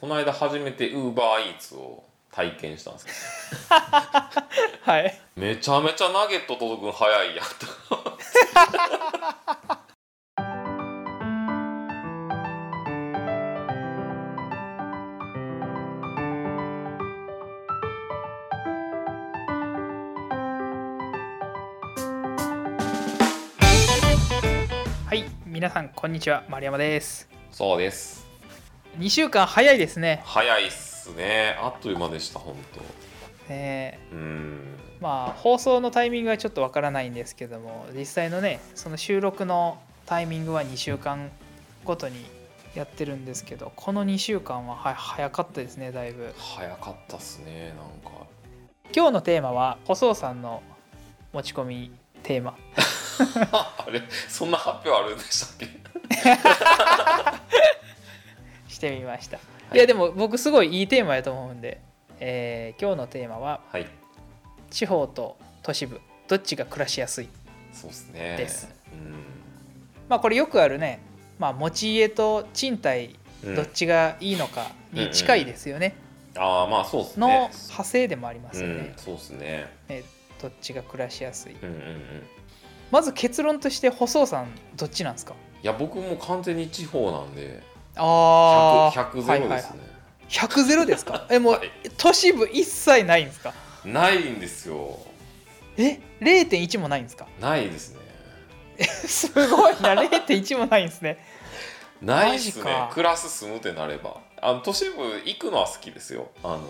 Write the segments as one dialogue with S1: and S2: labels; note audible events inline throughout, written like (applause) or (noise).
S1: この間初めて UberEats を体験したんですけど
S2: はい
S1: めちゃめちゃナゲット届くん早いやんと
S2: はい皆さんこんにちは丸山です
S1: そうです
S2: 2週間早いですね
S1: 早いっすねあっという間でした本
S2: ね
S1: 当うん
S2: えまあ放送のタイミングはちょっとわからないんですけども実際のねその収録のタイミングは2週間ごとにやってるんですけどこの2週間はは早かったですねだいぶ
S1: 早かったっすねなんか
S2: 今日のテーマは細尾さんの持ち込みテーマ
S1: (laughs) あれそんな発表あるんでしたっけ
S2: してみました、
S1: い
S2: い、やでも僕すごいいいテーマやと思うんで、えー今日のテーマは
S1: はい
S2: 地方と都市部どっちが暮らしやすい
S1: そうっすね
S2: です
S1: うん
S2: まあこれよくあるね、まあ、持ち家と賃貸
S1: うん
S2: どっちがいいのかに近いですよね、
S1: ああまあそうっす
S2: の
S1: ね
S2: 派生でもありますよ
S1: うん
S2: ね、
S1: そうっすね
S2: えーどっちが暮らしやすい
S1: うんうんうん
S2: まず結論として細尾さんどっちなんですか
S1: いや僕も完全に地方なんで
S2: あ
S1: 100,
S2: あ
S1: 100ゼロですね、
S2: 100ゼロですかえもう、
S1: (laughs) はい
S2: 都市部一切ないんですか
S1: ないんですよ
S2: え0.1もないんですか (laughs)
S1: ないですね
S2: すごいな0.1もないんですね
S1: ないっす
S2: マジ
S1: ね
S2: か
S1: クラス住むってなればあの都市部行くのは好きですよあの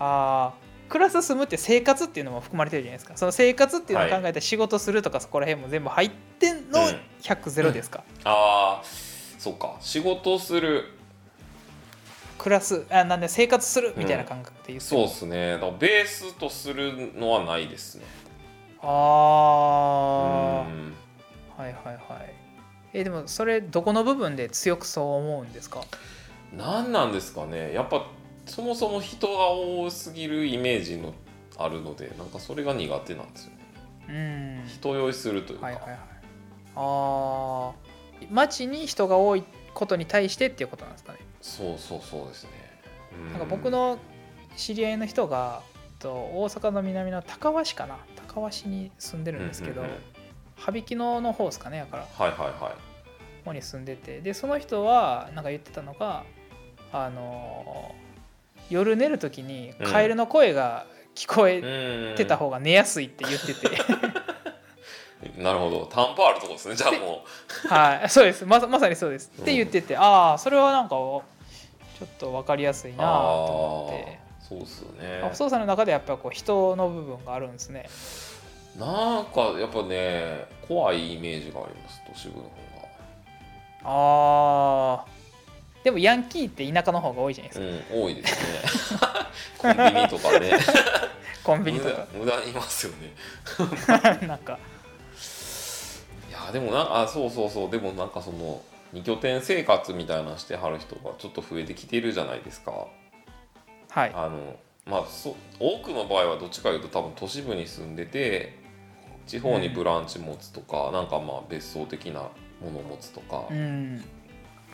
S2: あークラス住むって生活っていうのも含まれてるじゃないですかその生活っていうのを考えたら仕事するとかそこら辺も全部入ってんの
S1: うん
S2: 100ゼロですか、
S1: あーそっか仕事する
S2: クラスあなんで生活するみたいな感覚で言って
S1: そうっすねだからベースとするのはないですねうん
S2: あーはいはいはいえでもそれどこの部分で強くそう思うんですか
S1: 何なんですかねやっぱそもそも人が多すぎるイメージのあるのでなんかそれが苦手なんですよね
S2: うん
S1: 人酔いするというか、
S2: はいはいはいあー街に人が多いことに対してっていうことなんですかね
S1: そうそうそうですねう
S2: なんか僕の知り合いの人がえっと大阪の南の高輪市かな高輪市に住んでるんですけど、
S1: うんうんうん
S2: 羽曳野の方ですかねだからこ
S1: はいはいは
S2: こに住んでてでその人はなんか言ってたのがあのー夜寝る時に
S1: うん
S2: カエルの声が聞こえ
S1: いうん
S2: てた方が寝やすいって言ってて、
S1: なるほどタンパあるとこですねじゃあも
S2: (laughs) はいそうですまさまさにそうです、
S1: うん
S2: って言っててああそれはなんかおちょっと分かりやすいうなと思って。
S1: あーそうっすよね
S2: あ操作の中でやっぱりこう人の部分があるんですね。
S1: なんかやっぱね怖いイメージがあります都市部の方が
S2: あーでもヤンキーって田舎の方が多いじゃないです
S1: う
S2: か、
S1: ん多いですね
S2: (laughs)
S1: コンビニとかね
S2: コンビニ
S1: 無
S2: と
S1: 駄無駄にいますよね
S2: か (laughs) なんか
S1: いやでもなあそうそうそうでもなんかその二拠点生活みたいなのしてはる人がちょっと増えてきてるじゃないですか
S2: はい
S1: あのまあそ多くの場合はどっちかいうと多分都市部に住んでて地方にブランチ持つとか、なんかまあ別荘的なものを持つとか、
S2: うん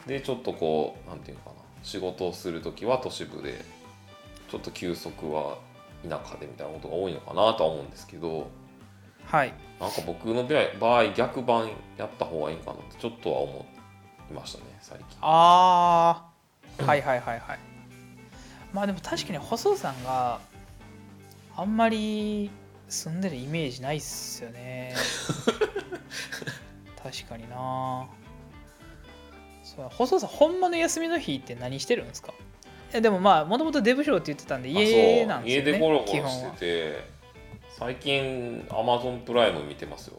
S1: でちょっとこうなんていうのかな仕事をする時は都市部でちょっと休息は田舎でみたいなことが多いのかなとは思うんですけど
S2: はい
S1: なんか僕の場合場合逆版やった方がいいかなってちょっとは思いましたね最近。
S2: あーはいはいはいはいまあでも確かに細尾さんがあんまり住んでるイメージないっす
S1: (laughs)
S2: よね確かになそう細尾さんほんまの休みの日って何してるんですかいやでもまあもともと出不精って言ってたんで家
S1: あ
S2: な
S1: そ
S2: ん
S1: う
S2: ですよね
S1: 家でゴロゴ
S2: 基
S1: ロ
S2: 本
S1: し
S2: は
S1: てて最近アマゾンプライム見てますよ。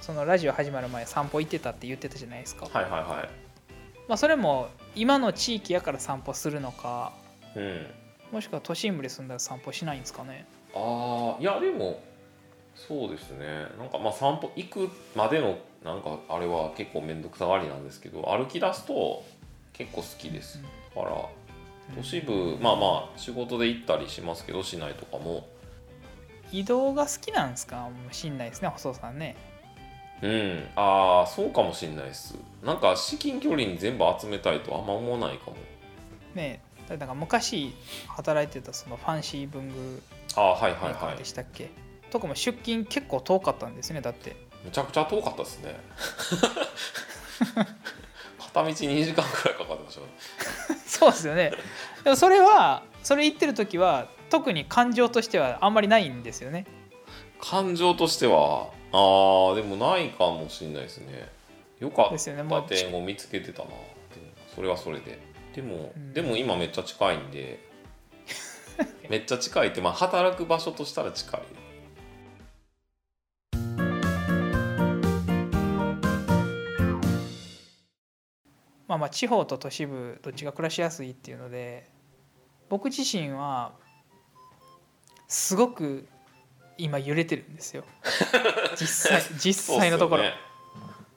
S2: そのラジオ始まる前散歩行ってたって言ってたじゃないですか、
S1: はいはいはい。
S2: まあ、それも今の地域やから散歩するのか
S1: うん、
S2: もしくは都心部で住んだら散歩しないんですかね
S1: ああいやでもそうですねなんかまあ散歩行くまでのなんかあれは結構面倒くさがりなんですけど歩き出すと結構好きですだから都市部まあまあ仕事で行ったりしますけど市内とかも
S2: 移動が好きなんですかもしんないですね細尾さんね
S1: ううんああそうかもしんないっすなんか至近距離に全部集めたいとあんま思わないかも
S2: ねだから昔働いてたそのファンシー文具
S1: ああはい
S2: メ
S1: はい
S2: ーカ
S1: は
S2: ー
S1: い
S2: でしたっけ、とかも出勤結構遠かったんですねだって (laughs)
S1: めちゃくちゃ遠かったです (laughs) ね片道2時間くらいかかってましたよ
S2: そうですよね。でもそれはそれ言ってる時は特に感情としてはあんまりないんですよね。
S1: 感情としてはああでもないかもしんないですねよか
S2: で
S1: っ
S2: すよね。
S1: た
S2: もう
S1: 点を見つけてたなでもそれはそれででも、
S2: うん
S1: でも今めっちゃ近いん
S2: (laughs)
S1: でめっちゃ近いってまあ働く場所としたら近い
S2: まあまあ地方と都市部どっちが暮らしやすいっていうので、僕自身はすごく今揺れてるんです
S1: (laughs)
S2: よ。実際
S1: そう
S2: 実
S1: っす
S2: 際
S1: よ
S2: のところ。
S1: ね、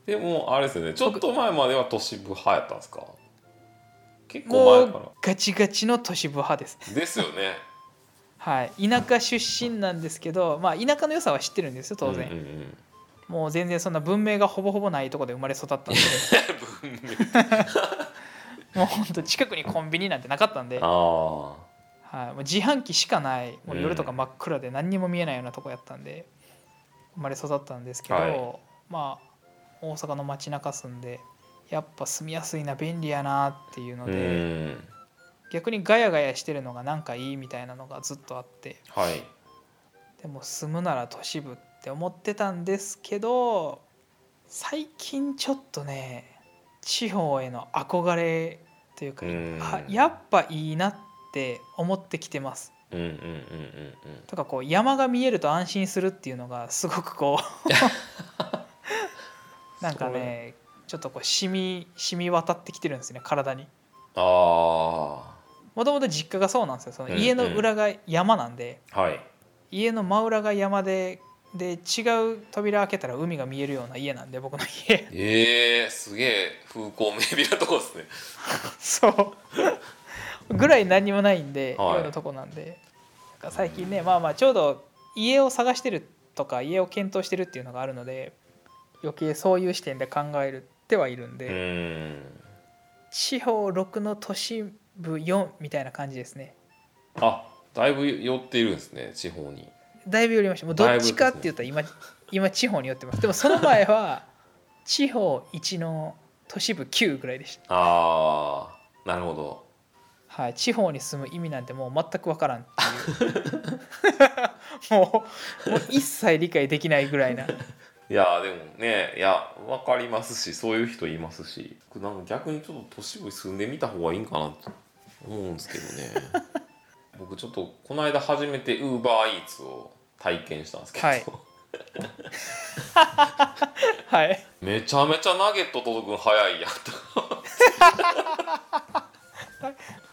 S1: でもあれですよねちょっと前までは都市部派やったんですか結
S2: も
S1: 構前か
S2: うガチガチの都市部派です。
S1: らですよね
S2: はい、田舎出身なんです
S1: (laughs)
S2: けど、まあ、田舎の良さは知ってるんですよ (laughs) 当然、
S1: うんうんうん
S2: もう全然そんな文明がほぼほぼないとこで生まれ育
S1: (laughs)
S2: ったんで
S1: 文明
S2: (laughs) もうほんと近くにコンビニなんてなかったんで、は
S1: あ
S2: い、もう自販機しかないもう
S1: う
S2: 夜
S1: ん
S2: とか真っ暗で何にも見えないようなとこやったんで生まれ育ったんですけど、
S1: はい
S2: まあ大阪の街中住んでやっぱ住みやすいな便利やなっていう
S1: あ
S2: の
S1: う
S2: で、
S1: ん
S2: 逆にガヤガヤしてるのがなんかいいみたいなのがずっとあって
S1: はい
S2: でも住むなら都市部って思ってたんですけど最近ちょっとね地方への憧れというか
S1: うん
S2: あやっぱいいなって思ってきてます
S1: うんうんうんうんうん
S2: とかこう山が見えると安心するっていうのがすご
S1: (laughs)
S2: くこうなんかねちょっとこう染み染み渡ってきてるんですね体に
S1: あ
S2: もともと実家がそうなんですよその
S1: うん
S2: 家の
S1: うん
S2: 裏が山なんで、
S1: あはい
S2: 家の真裏が山でで違う扉開けたら海が見えるような家なんで僕の家
S1: えー、すげえ風光明媚なとこですね
S2: そうぐらい何にもないんで、
S1: はい
S2: ようなとこなんでなんか最近ねまあまあちょうど家を探してるとか家を検討してるっていうのがあるので余計そういう視点で考えるってはいるん
S1: う
S2: で、
S1: ーん
S2: 地方6の都市部4みたいな感じですね
S1: あだいぶ寄っているんですね地方に
S2: だいぶ寄りましたもうどっちかって言ったら今今地方に寄ってますでもその前は地方1の都市部9ぐらいでした
S1: ああなるほど
S2: はい、地方に住む意味なんてもう全く分からんっていう
S1: (laughs)
S2: もうもう一切理解できないぐらいない
S1: やーでもねいや分かりますしそういう人いますしなんか逆にちょっと都市部に住んでみた方がいいんかなと思うんですけどね (laughs) 僕ちょっとこの間初めて UberEats を体験したんですけど、
S2: はいはい
S1: めちゃめちゃナゲット届くの早いやと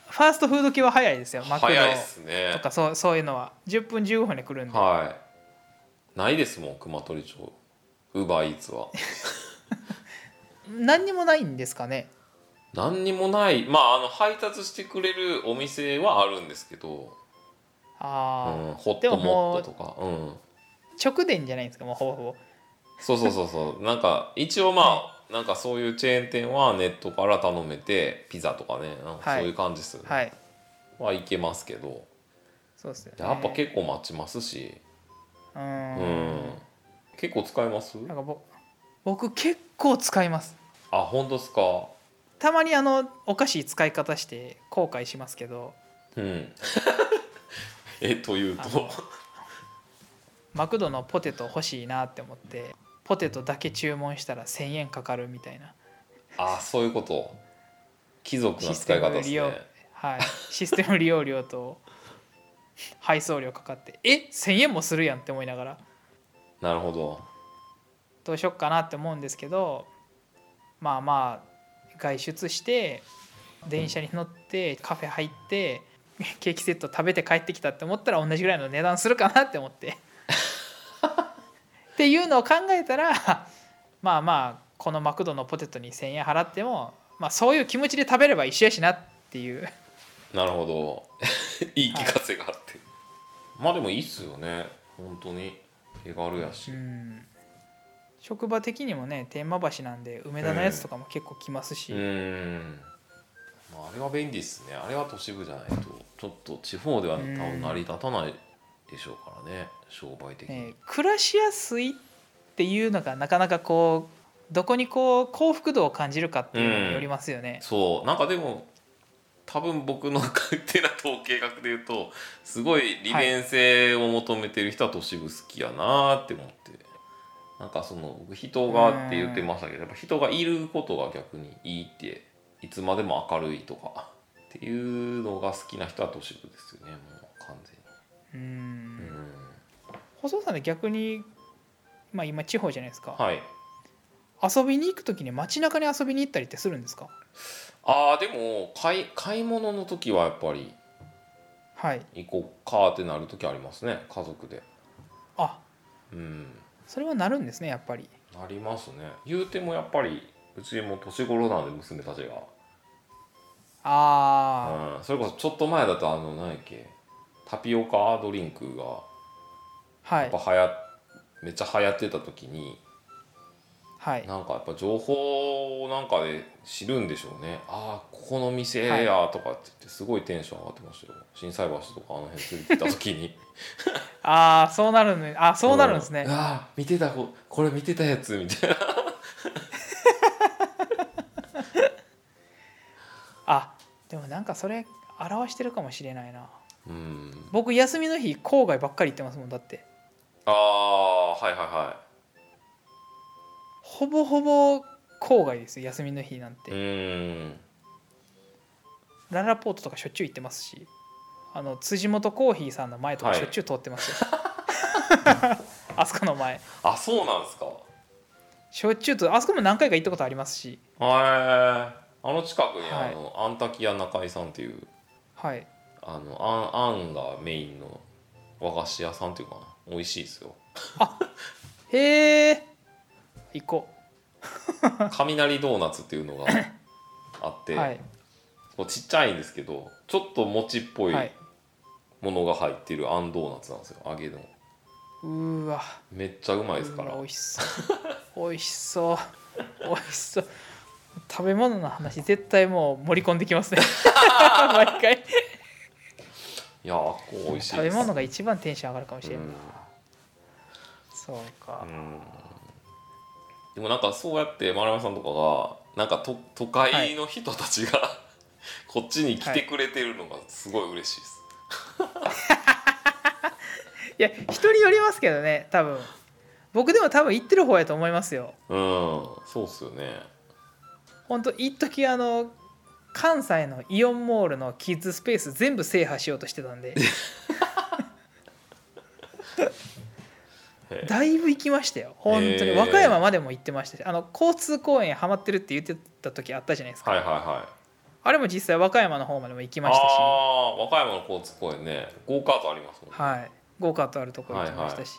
S2: ファーストフード系は早いですよマク
S1: 早いっす
S2: ド
S1: ね
S2: とかそうそういうのは10分15分で来るんで、
S1: はいないですもん熊取町ウーバーイーツは
S2: 何にもないんですかね
S1: 何にもないまああの配達してくれるお店はあるんですけど、うん
S2: あ、
S1: ホッ
S2: で
S1: ト
S2: もも
S1: モ
S2: う
S1: ットとかうん
S2: ー直電じゃないんですかもうほぼほぼ
S1: そうそうそうそう
S2: (laughs)
S1: なんか一応まあなんかそういうチェーン店はネットから頼めてピザとかねなんかそういう感じですよね、
S2: はい
S1: はい、けますけど
S2: そうですよ、ね、
S1: やっぱ結構待ちますし、
S2: う
S1: うん
S2: ん
S1: 結構使えます
S2: なんかぼ僕結構使います
S1: あ本当ですか
S2: たまにあのおかしい使い方して後悔しますけど (laughs)
S1: うん。 (laughs) えという
S2: あ
S1: と
S2: の、マクドのポテト欲しいなって思ってポテトだけ注文したら1,000円かかるみたいな、
S1: あそういうこと。貴族な使い方です
S2: システム利用
S1: ね。
S2: はい、システム利用料と配送料かかってえ1,000円もするやんって思いながら
S1: なるほど。
S2: どうしよっかなって思うんですけどまあまあ外出して電車に乗ってカフェ入ってケーキセット食べて帰ってきたって思ったら同じぐらいの値段するかなって思ってっていうのを考えたらまあまあこのマクドのポテトに1,000円払っても、まあ、そういう気持ちで食べれば一緒やしなっていう
S1: なるほど。 (laughs) いい聞かせがあって。まあでもいいっすよね。本当に手軽やし。
S2: うん職場的にもね天満橋なんで梅田のやつとかも結構来ますし、
S1: うーん、まあ、あれは便利ですねあれは都市部じゃないとちょっと地方では多分成り立たないでしょうからね商売的に、
S2: えー暮らしやすいっていうのがなかなかこうどこにこう幸福度を感じるかっていうのによりますよね。
S1: そうなんかでも多分僕の勝手な統計学で言うとすごい利便性を求めてる人は都市部好きやなって思って、なんかその僕人がって言ってましたけどやっぱ人がいることが逆にいいっていつまでも明るいとかっていうのが好きな人は都市部ですよねもう完
S2: う
S1: 全に。
S2: ん
S1: うん
S2: 細田さんで逆に、まあ、今地方じゃないですか、
S1: はい
S2: 遊びに行く時に街中に遊びに行ったりってするんですか
S1: あーでも買い買い物の時はやっぱり
S2: はい
S1: 行こうかってなる時ありますね家族で
S2: あ
S1: うん
S2: それはなるんですねやっぱり。
S1: なりますね言うてもやっぱりうちも年頃なんで娘たち
S2: あ
S1: が、うん、それこそちょっと前だとあの何やっけタピオカドリンクが
S2: あは
S1: やっ
S2: い
S1: ぱはやめっちゃ流行ってた時に
S2: はい
S1: なんかやっぱ情報なんかで知るんでしょうねああここの店やとかって言ってすごいテンション上がってましたよ心斎橋とかあの辺連れて行った時に
S2: ああそうなるねあ (laughs) そうなるんですね
S1: う。ああ見てたここれ見てたやつみたいな。
S2: あでもなんかそれ表してるかもしれないな。
S1: うん。
S2: 僕休みの日郊外ばっかり行ってますもんだって。
S1: ああはいはいは
S2: ほぼほぼ郊外ですよ休みの日なんて、
S1: い。うん。
S2: ララポートとかしょっちゅう行ってますしあの辻元コーヒーさんの前とか
S1: はい
S2: しょっちゅう通ってますよ、 (laughs) あそこの前
S1: あそうなんですか。
S2: しょっちゅうとあそこも何回か行ったことありますし
S1: はい。あの近くに
S2: は
S1: あ
S2: い
S1: の、アンタキヤ中井さんっていう
S2: はい
S1: あのあんあんがメインの和菓子屋さんっていうかな美味しいです
S2: (laughs)
S1: よ。
S2: へえ行こ
S1: 雷ドーナツっていうのがあっ
S2: う
S1: て、
S2: (laughs) はい
S1: こうちっちゃいんですけどちょっと餅っぽい
S2: はい
S1: ものが入ってるあんドーナツなんですよ揚げの。
S2: うーわ
S1: めっちゃうまいですか
S2: う
S1: ら
S2: ーわ。美味しそう美味しそう美味しそう食べ物の話絶対もう盛り込んで
S1: (laughs)
S2: きますね毎回
S1: いやーこう美味しい
S2: 食
S1: で
S2: べ
S1: す。
S2: 物が一番テンション上がるかもしれない、
S1: うん
S2: そう
S1: う
S2: か、
S1: んでもなんかそうやって丸山さんとかがなんかと都会の人たちが、 (laughs) こっちに来てくれてるのがすごい嬉しいです。
S2: いや人によりますけどね多分僕でも多分行ってる方やと思いますよ
S1: うん、そうっすよね。
S2: ほんと一時あの関西のイオンモールのキッズスペース全部制覇しようとしてたんで
S1: へ
S2: だいぶ行きましたよ本当に
S1: へえ
S2: 和歌山までも行ってましたしあの交通公園ハマってるって言ってた時あったじゃないですか、
S1: はいはいはい。
S2: あれも実際和歌山の方までも行きましたし
S1: ああー、和歌山の交通公園ね、ゴーカートありますもんね。
S2: はいゴーカートあるとこ行きましたし、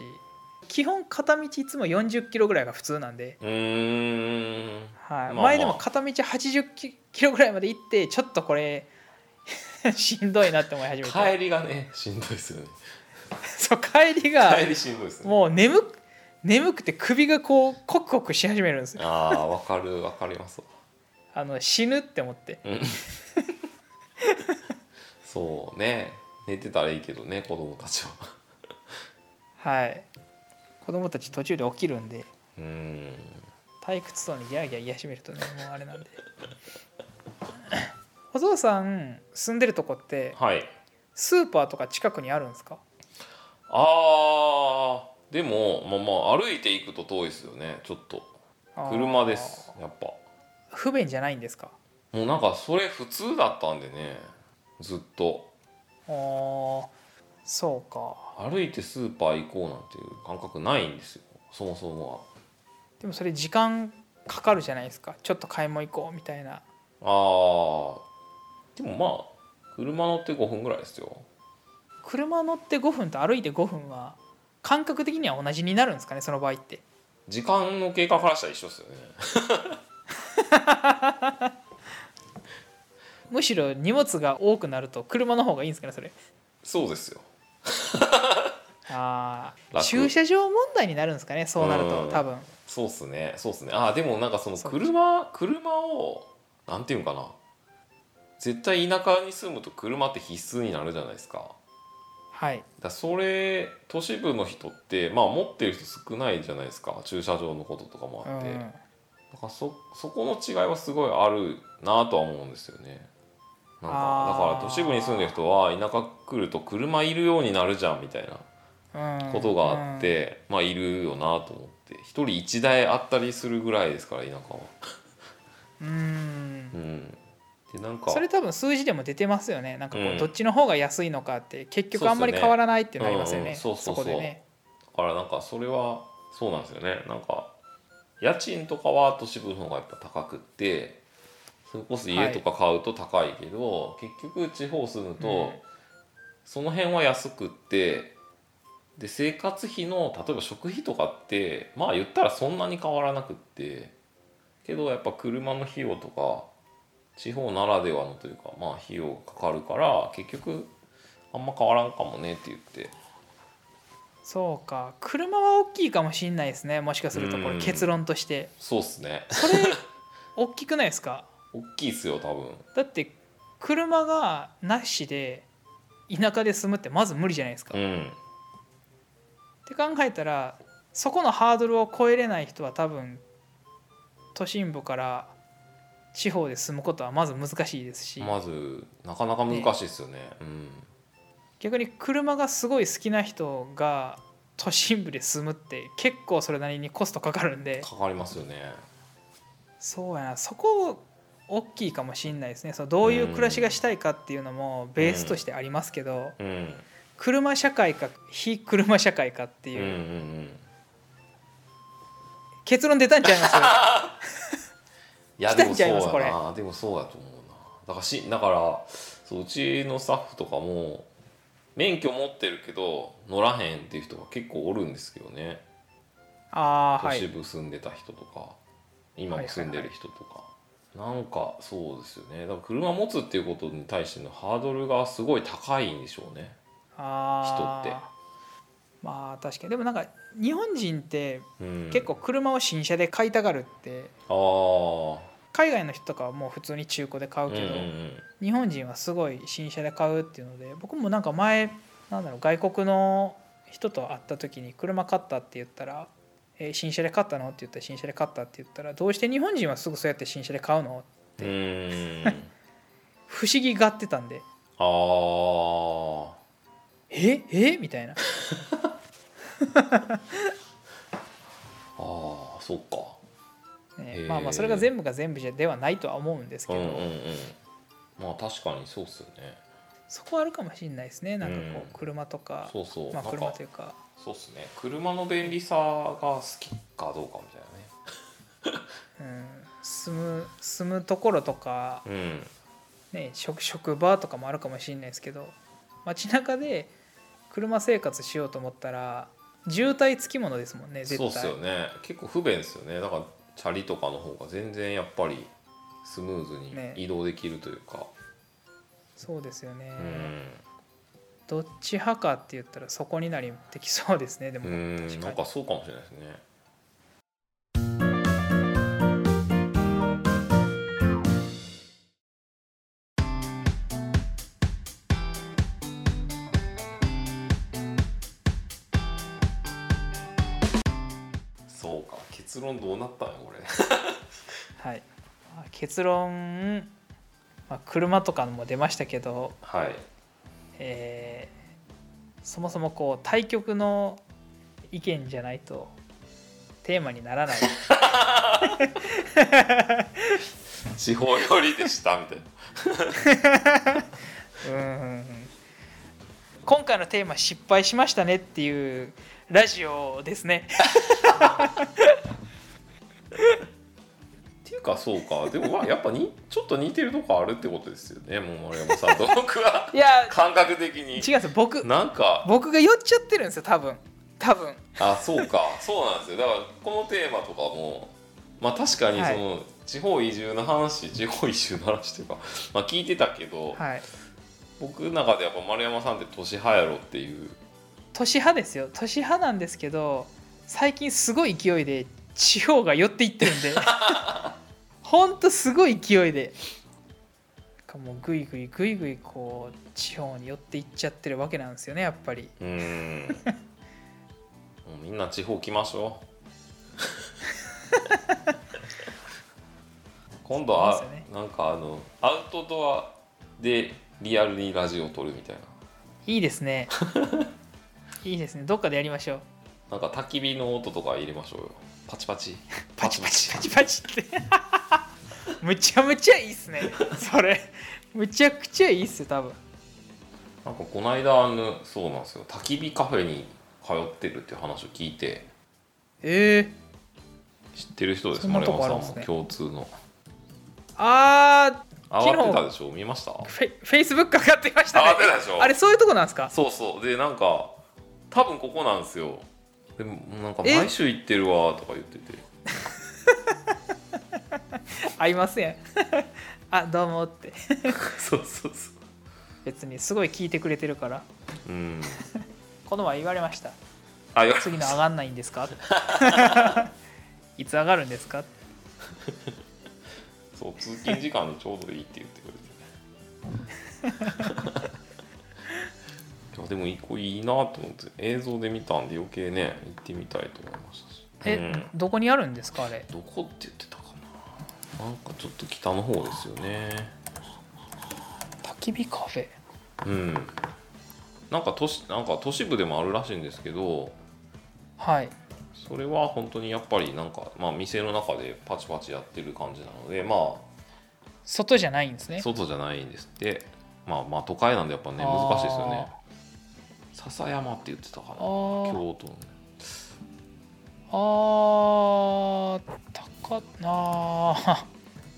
S2: 基本片道いつも40キロぐらいが普通なんで
S1: うーん。
S2: はい
S1: まあまあ
S2: 前でも片道80キロぐらいまで行ってちょっとこれ (laughs) しんどいなって思い始めて
S1: 帰りがね、しんどいです
S2: (laughs)
S1: よね。
S2: そう帰りが
S1: 帰りしんどいですね。
S2: もう眠く眠くて首がこうコクコクし始めるんですよ
S1: ああ、わかる、わかりますわ。
S2: あの死ぬって思って (laughs)
S1: うんそうね、寝てたらいいけどね、子供たちは。
S2: はい子供たち途中で起きるんで
S1: うーん
S2: 退屈そうにギャーギャー言い始めるとねもうあれなんで (laughs) お父さん住んでるとこって
S1: はい
S2: スーパーとか近くにあるんですか
S1: あーでもまあまあ歩いていくと遠いですよねちょっと
S2: あー
S1: 車ですやっぱ
S2: 不便じゃないんですか
S1: もうなんかそれ普通だったんでねずっと
S2: あーそうか
S1: 歩いてスーパー行こうなんていう感覚ないんですよそもそも
S2: でもそれ時間かかるじゃないですかちょっと買い物行こうみたいな
S1: はあーでもまあ車乗って5分ぐらいですよ
S2: 車乗って5分と歩いて5分は感覚的には同じになるんですかねその場合って
S1: 時間の経過からしたら一緒ですよね
S2: むしろ荷物が多くなると車の方がいいんですかねそれ
S1: そうですよ
S2: あー
S1: 楽
S2: 駐車場問題になるんですかねそうなると
S1: うん
S2: 多分
S1: そうっすねそうっすねあでもなんかその車車をなんていうんかな絶対田舎に住むと車って必須になるじゃないですか
S2: はい
S1: だそれ都市部の人ってまあ持ってる人少ないじゃないですか駐車場のこととかも
S2: う
S1: あって、
S2: ん
S1: だからそそこの違いはすごいあるなとは思うんですよねなん
S2: あ
S1: か
S2: ー
S1: だから都市部に住んでる人は田舎来ると車いるようになるじゃんみたいな
S2: うん
S1: ことがあっ、て、まあいるよなと思って一人一台あったりするぐらいですから田舎は。
S2: うんうん
S1: うん、でなんか
S2: それ多分数字でも出てますよねなんかこう、
S1: うん
S2: どっちの方が安いのかって結
S1: そうっすよ
S2: 局
S1: ね
S2: あんまり変わらないってなりますよ
S1: うんう
S2: ね
S1: んそうそうそ
S2: そうこでね
S1: だからなんかそれはそうなんですよねなんか家賃とかは都市部の方がやっぱ高くってそれこそ家とか買うと高いけど、結局地方住むと、
S2: うん
S1: その辺は安くってで生活費の例えば食費とかってまあ言ったらそんなに変わらなくってけどやっぱ車の費用とか地方ならではのというかまあ費用がかかるから結局あんま変わらんかもねって言って
S2: そうか車は大きいかもしんないですねもしかするとこ
S1: う
S2: れ
S1: ん
S2: 結論として
S1: そうっすね
S2: それ大きくないですか
S1: 大きいっすよ多分。
S2: だって車がなしで田舎で住むってまず無理じゃないですか、
S1: う
S2: っ
S1: ん
S2: て考えたらそこのハードルを超えれない人は多分都心部から地方で住むことはまず難しいですし、
S1: まずなかなか難しいですよね。うん、
S2: 逆に車がすごい好きな人が都心部で住むって結構それなりにコストかかるんで
S1: かかりますよね。
S2: そうやなそこ大きいかもしんないですねそのどういう暮らしがしたいかっていうのもベースとしてありますけど、
S1: うん、
S2: 車社会か非車社会かって
S1: うん、
S2: い
S1: うん、
S2: う、
S1: うん。
S2: 結論出たん
S1: (laughs)
S2: ちゃいます
S1: いや
S2: 来た
S1: で
S2: ん
S1: も
S2: ち
S1: そ
S2: ゃ
S1: う
S2: い
S1: や
S2: ます
S1: な、でもそうやと思うな。だからし、だから、そううちのスタッフとかも。免許持ってるけど、乗らへんっていう人が結構おるんですけどね。
S2: ああ
S1: 都
S2: は
S1: 市
S2: い
S1: 部住んでた人とか、今も住んでる人とか、なんかそうですよね。だから車持つっていうことに対してのハードルがすごい高いんでしょうね。
S2: あー
S1: 人って
S2: まあ確かにでもなんか日本人って
S1: うん、
S2: 結構車を新車で買いたがるって
S1: 構。ああ。
S2: 海外の人とかはもう普通に中古で買うけ
S1: う
S2: ど、
S1: んうんうん
S2: 日本人はすごい新車で買うっていうので僕もなんか前なんだろう外国の人と会った時に車買ったって言ったら「えー新車で買ったの?」って言ったら「新車で買った」って言ったら「どうして日本人はすぐそうやって新車で買うの?
S1: うーん
S2: 不思議がってたんで
S1: あー
S2: 「ええみたいな
S1: あーそっか
S2: ね
S1: へー
S2: まあまあそれが全部が全部じゃではないとは思うんです
S1: う
S2: け
S1: ん
S2: ど、
S1: うんうんまあ確かにそうっすよね
S2: そこはあるかもしれないですねなんかこ
S1: うん
S2: う車とか、
S1: そうそう、
S2: まあ
S1: なん
S2: 車
S1: か
S2: というか
S1: そうっすね車の便利さが好きかどうかみたい
S2: うん、住む住むところとか、
S1: なね
S2: ね、職職場とかもあるかもしれないですけど街中で車生活しようと思ったら渋滞つきものですもんね
S1: うん
S2: 絶
S1: そう
S2: 対
S1: っすよね結構不便ですよねだからチャリとかの方が全然やっぱりスムーズに
S2: ね
S1: 移動できるというか、
S2: そうですよね、
S1: うん
S2: どっち派かって言ったらそこになりってきそうですねでも、
S1: う
S2: 確か
S1: ん
S2: に
S1: なんかそうかもしれないですねそうか結論どうなったんやこれ
S2: はい、まあ結論、まあ、車とかも出ましたけど、
S1: はい
S2: えーそもそもこう対局の意見じゃないとテーマにならない
S1: 地方よりでしたみたいな
S2: うんうんうん今回のテーマ失敗しましたねっていうラジオですね
S1: っていうかそうかでもまあやっぱにちょっと似てるとこあるってことですよねもう丸山さんと僕は
S2: いや
S1: 感覚的に
S2: (laughs) 違うんです僕
S1: なんか
S2: 僕が酔っちゃってるんですよ多分多分
S1: あそうかそうなんですよだからこのテーマとかもまあ確かにその、地方移住の話地方移住の話というか、まあ、聞いてたけど、
S2: はい
S1: 僕の中でやっぱ丸山さんって年派やろっていう
S2: 都市派ですよ都市派なんですけど最近すごい勢いで地方が寄っていってるん (laughs) でほんとすごい勢いでなんかもうぐいぐいぐいぐいこう地方に寄っていっちゃってるわけなんですよねやっぱり
S1: うーん (laughs) もうみんな地方来ましょ
S2: (laughs)
S1: う今度は、
S2: そうですよ
S1: なんかあのアウトドアでリアルにラジオを撮るみたいない
S2: いです (laughs) ねいいですねどっかでやりましょう
S1: なんか焚き火の音とか入れましょうよパチパチ
S2: パチパチパチパチって (laughs) むちゃむちゃいいっすねそれむちゃくちゃいいっすよ多分
S1: なんかこの間あのそうなんですよ焚き火カフェに通ってるっていう話を聞いて
S2: えー、
S1: 知ってる人です
S2: そんな
S1: 森
S2: とこ
S1: 山さん
S2: あるんです
S1: も
S2: ね
S1: 共通の
S2: あ
S1: 上がってたでしょ見ました
S2: ーフェフェイスブック上がってました
S1: 上
S2: ね
S1: がってたでしょ
S2: あれそういうとこなんですか
S1: そうそうでなんか多分ここなんですよでもなんか
S2: え
S1: 毎週行ってるわとか言って (laughs) て
S2: 合いません (laughs) あどうもって
S1: そうそうそ
S2: 別にすごい聞いてくれてるから
S1: ううん
S2: この前言われました
S1: あよ
S2: 次の上がんないんですか (laughs) いつ上がるんですか
S1: そう通勤時間にちょうどいいって言ってくれて (laughs) いやでも一個いいなと思って映像で見たんで余計ね行ってみたいと思いましたし
S2: え、
S1: うん
S2: どこにあるんですかあれ
S1: どこって言ってたかななんかちょっと北の方ですよね
S2: 焚き火カフェ
S1: うんなんか都市なんか都市部でもあるらしいんですけど
S2: はい
S1: それは本当にやっぱりなんか、まあ、店の中でパチパチやってる感じなのでま
S2: 外じゃないんです
S1: あ
S2: ね
S1: 外じゃないんですって、まあ、まあ都会なんでやっぱね
S2: あー
S1: 難しいですよね笹山って言ってたかな
S2: あー
S1: 京都の
S2: あー高っなー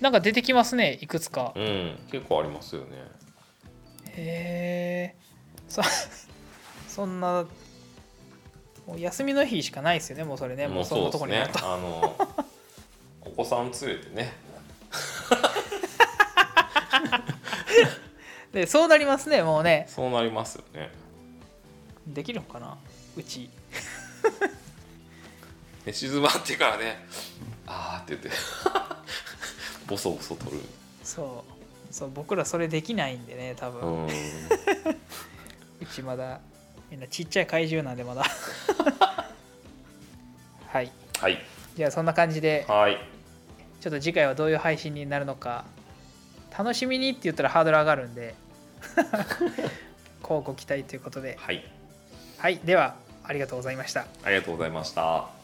S2: (laughs) なんか出てきますねいくつか
S1: うん結構ありますよね
S2: へえそ (laughs) そんなもう休みの日しかないですよねもうそれねもうそんなとこになると、
S1: あのお子さん連れてね
S2: (laughs) でそうなりますねもうね
S1: そうなりますよね
S2: できるのかなうち
S1: で静まってからねあーって言って (laughs) ボソボソ取る
S2: そうそう僕らそれできないんでね多
S1: う
S2: 分、うん
S1: (laughs)
S2: ちまだみんなちっちゃい怪獣なんでまだ (laughs) はい
S1: はい
S2: じゃあそんな感じで
S1: はい
S2: ちょっと次回はどういう配信になるのか楽しみにって言ったらハードル上がるんで (laughs) こうご期待ということで
S1: はい
S2: はいではありがとうございました
S1: ありがとうございました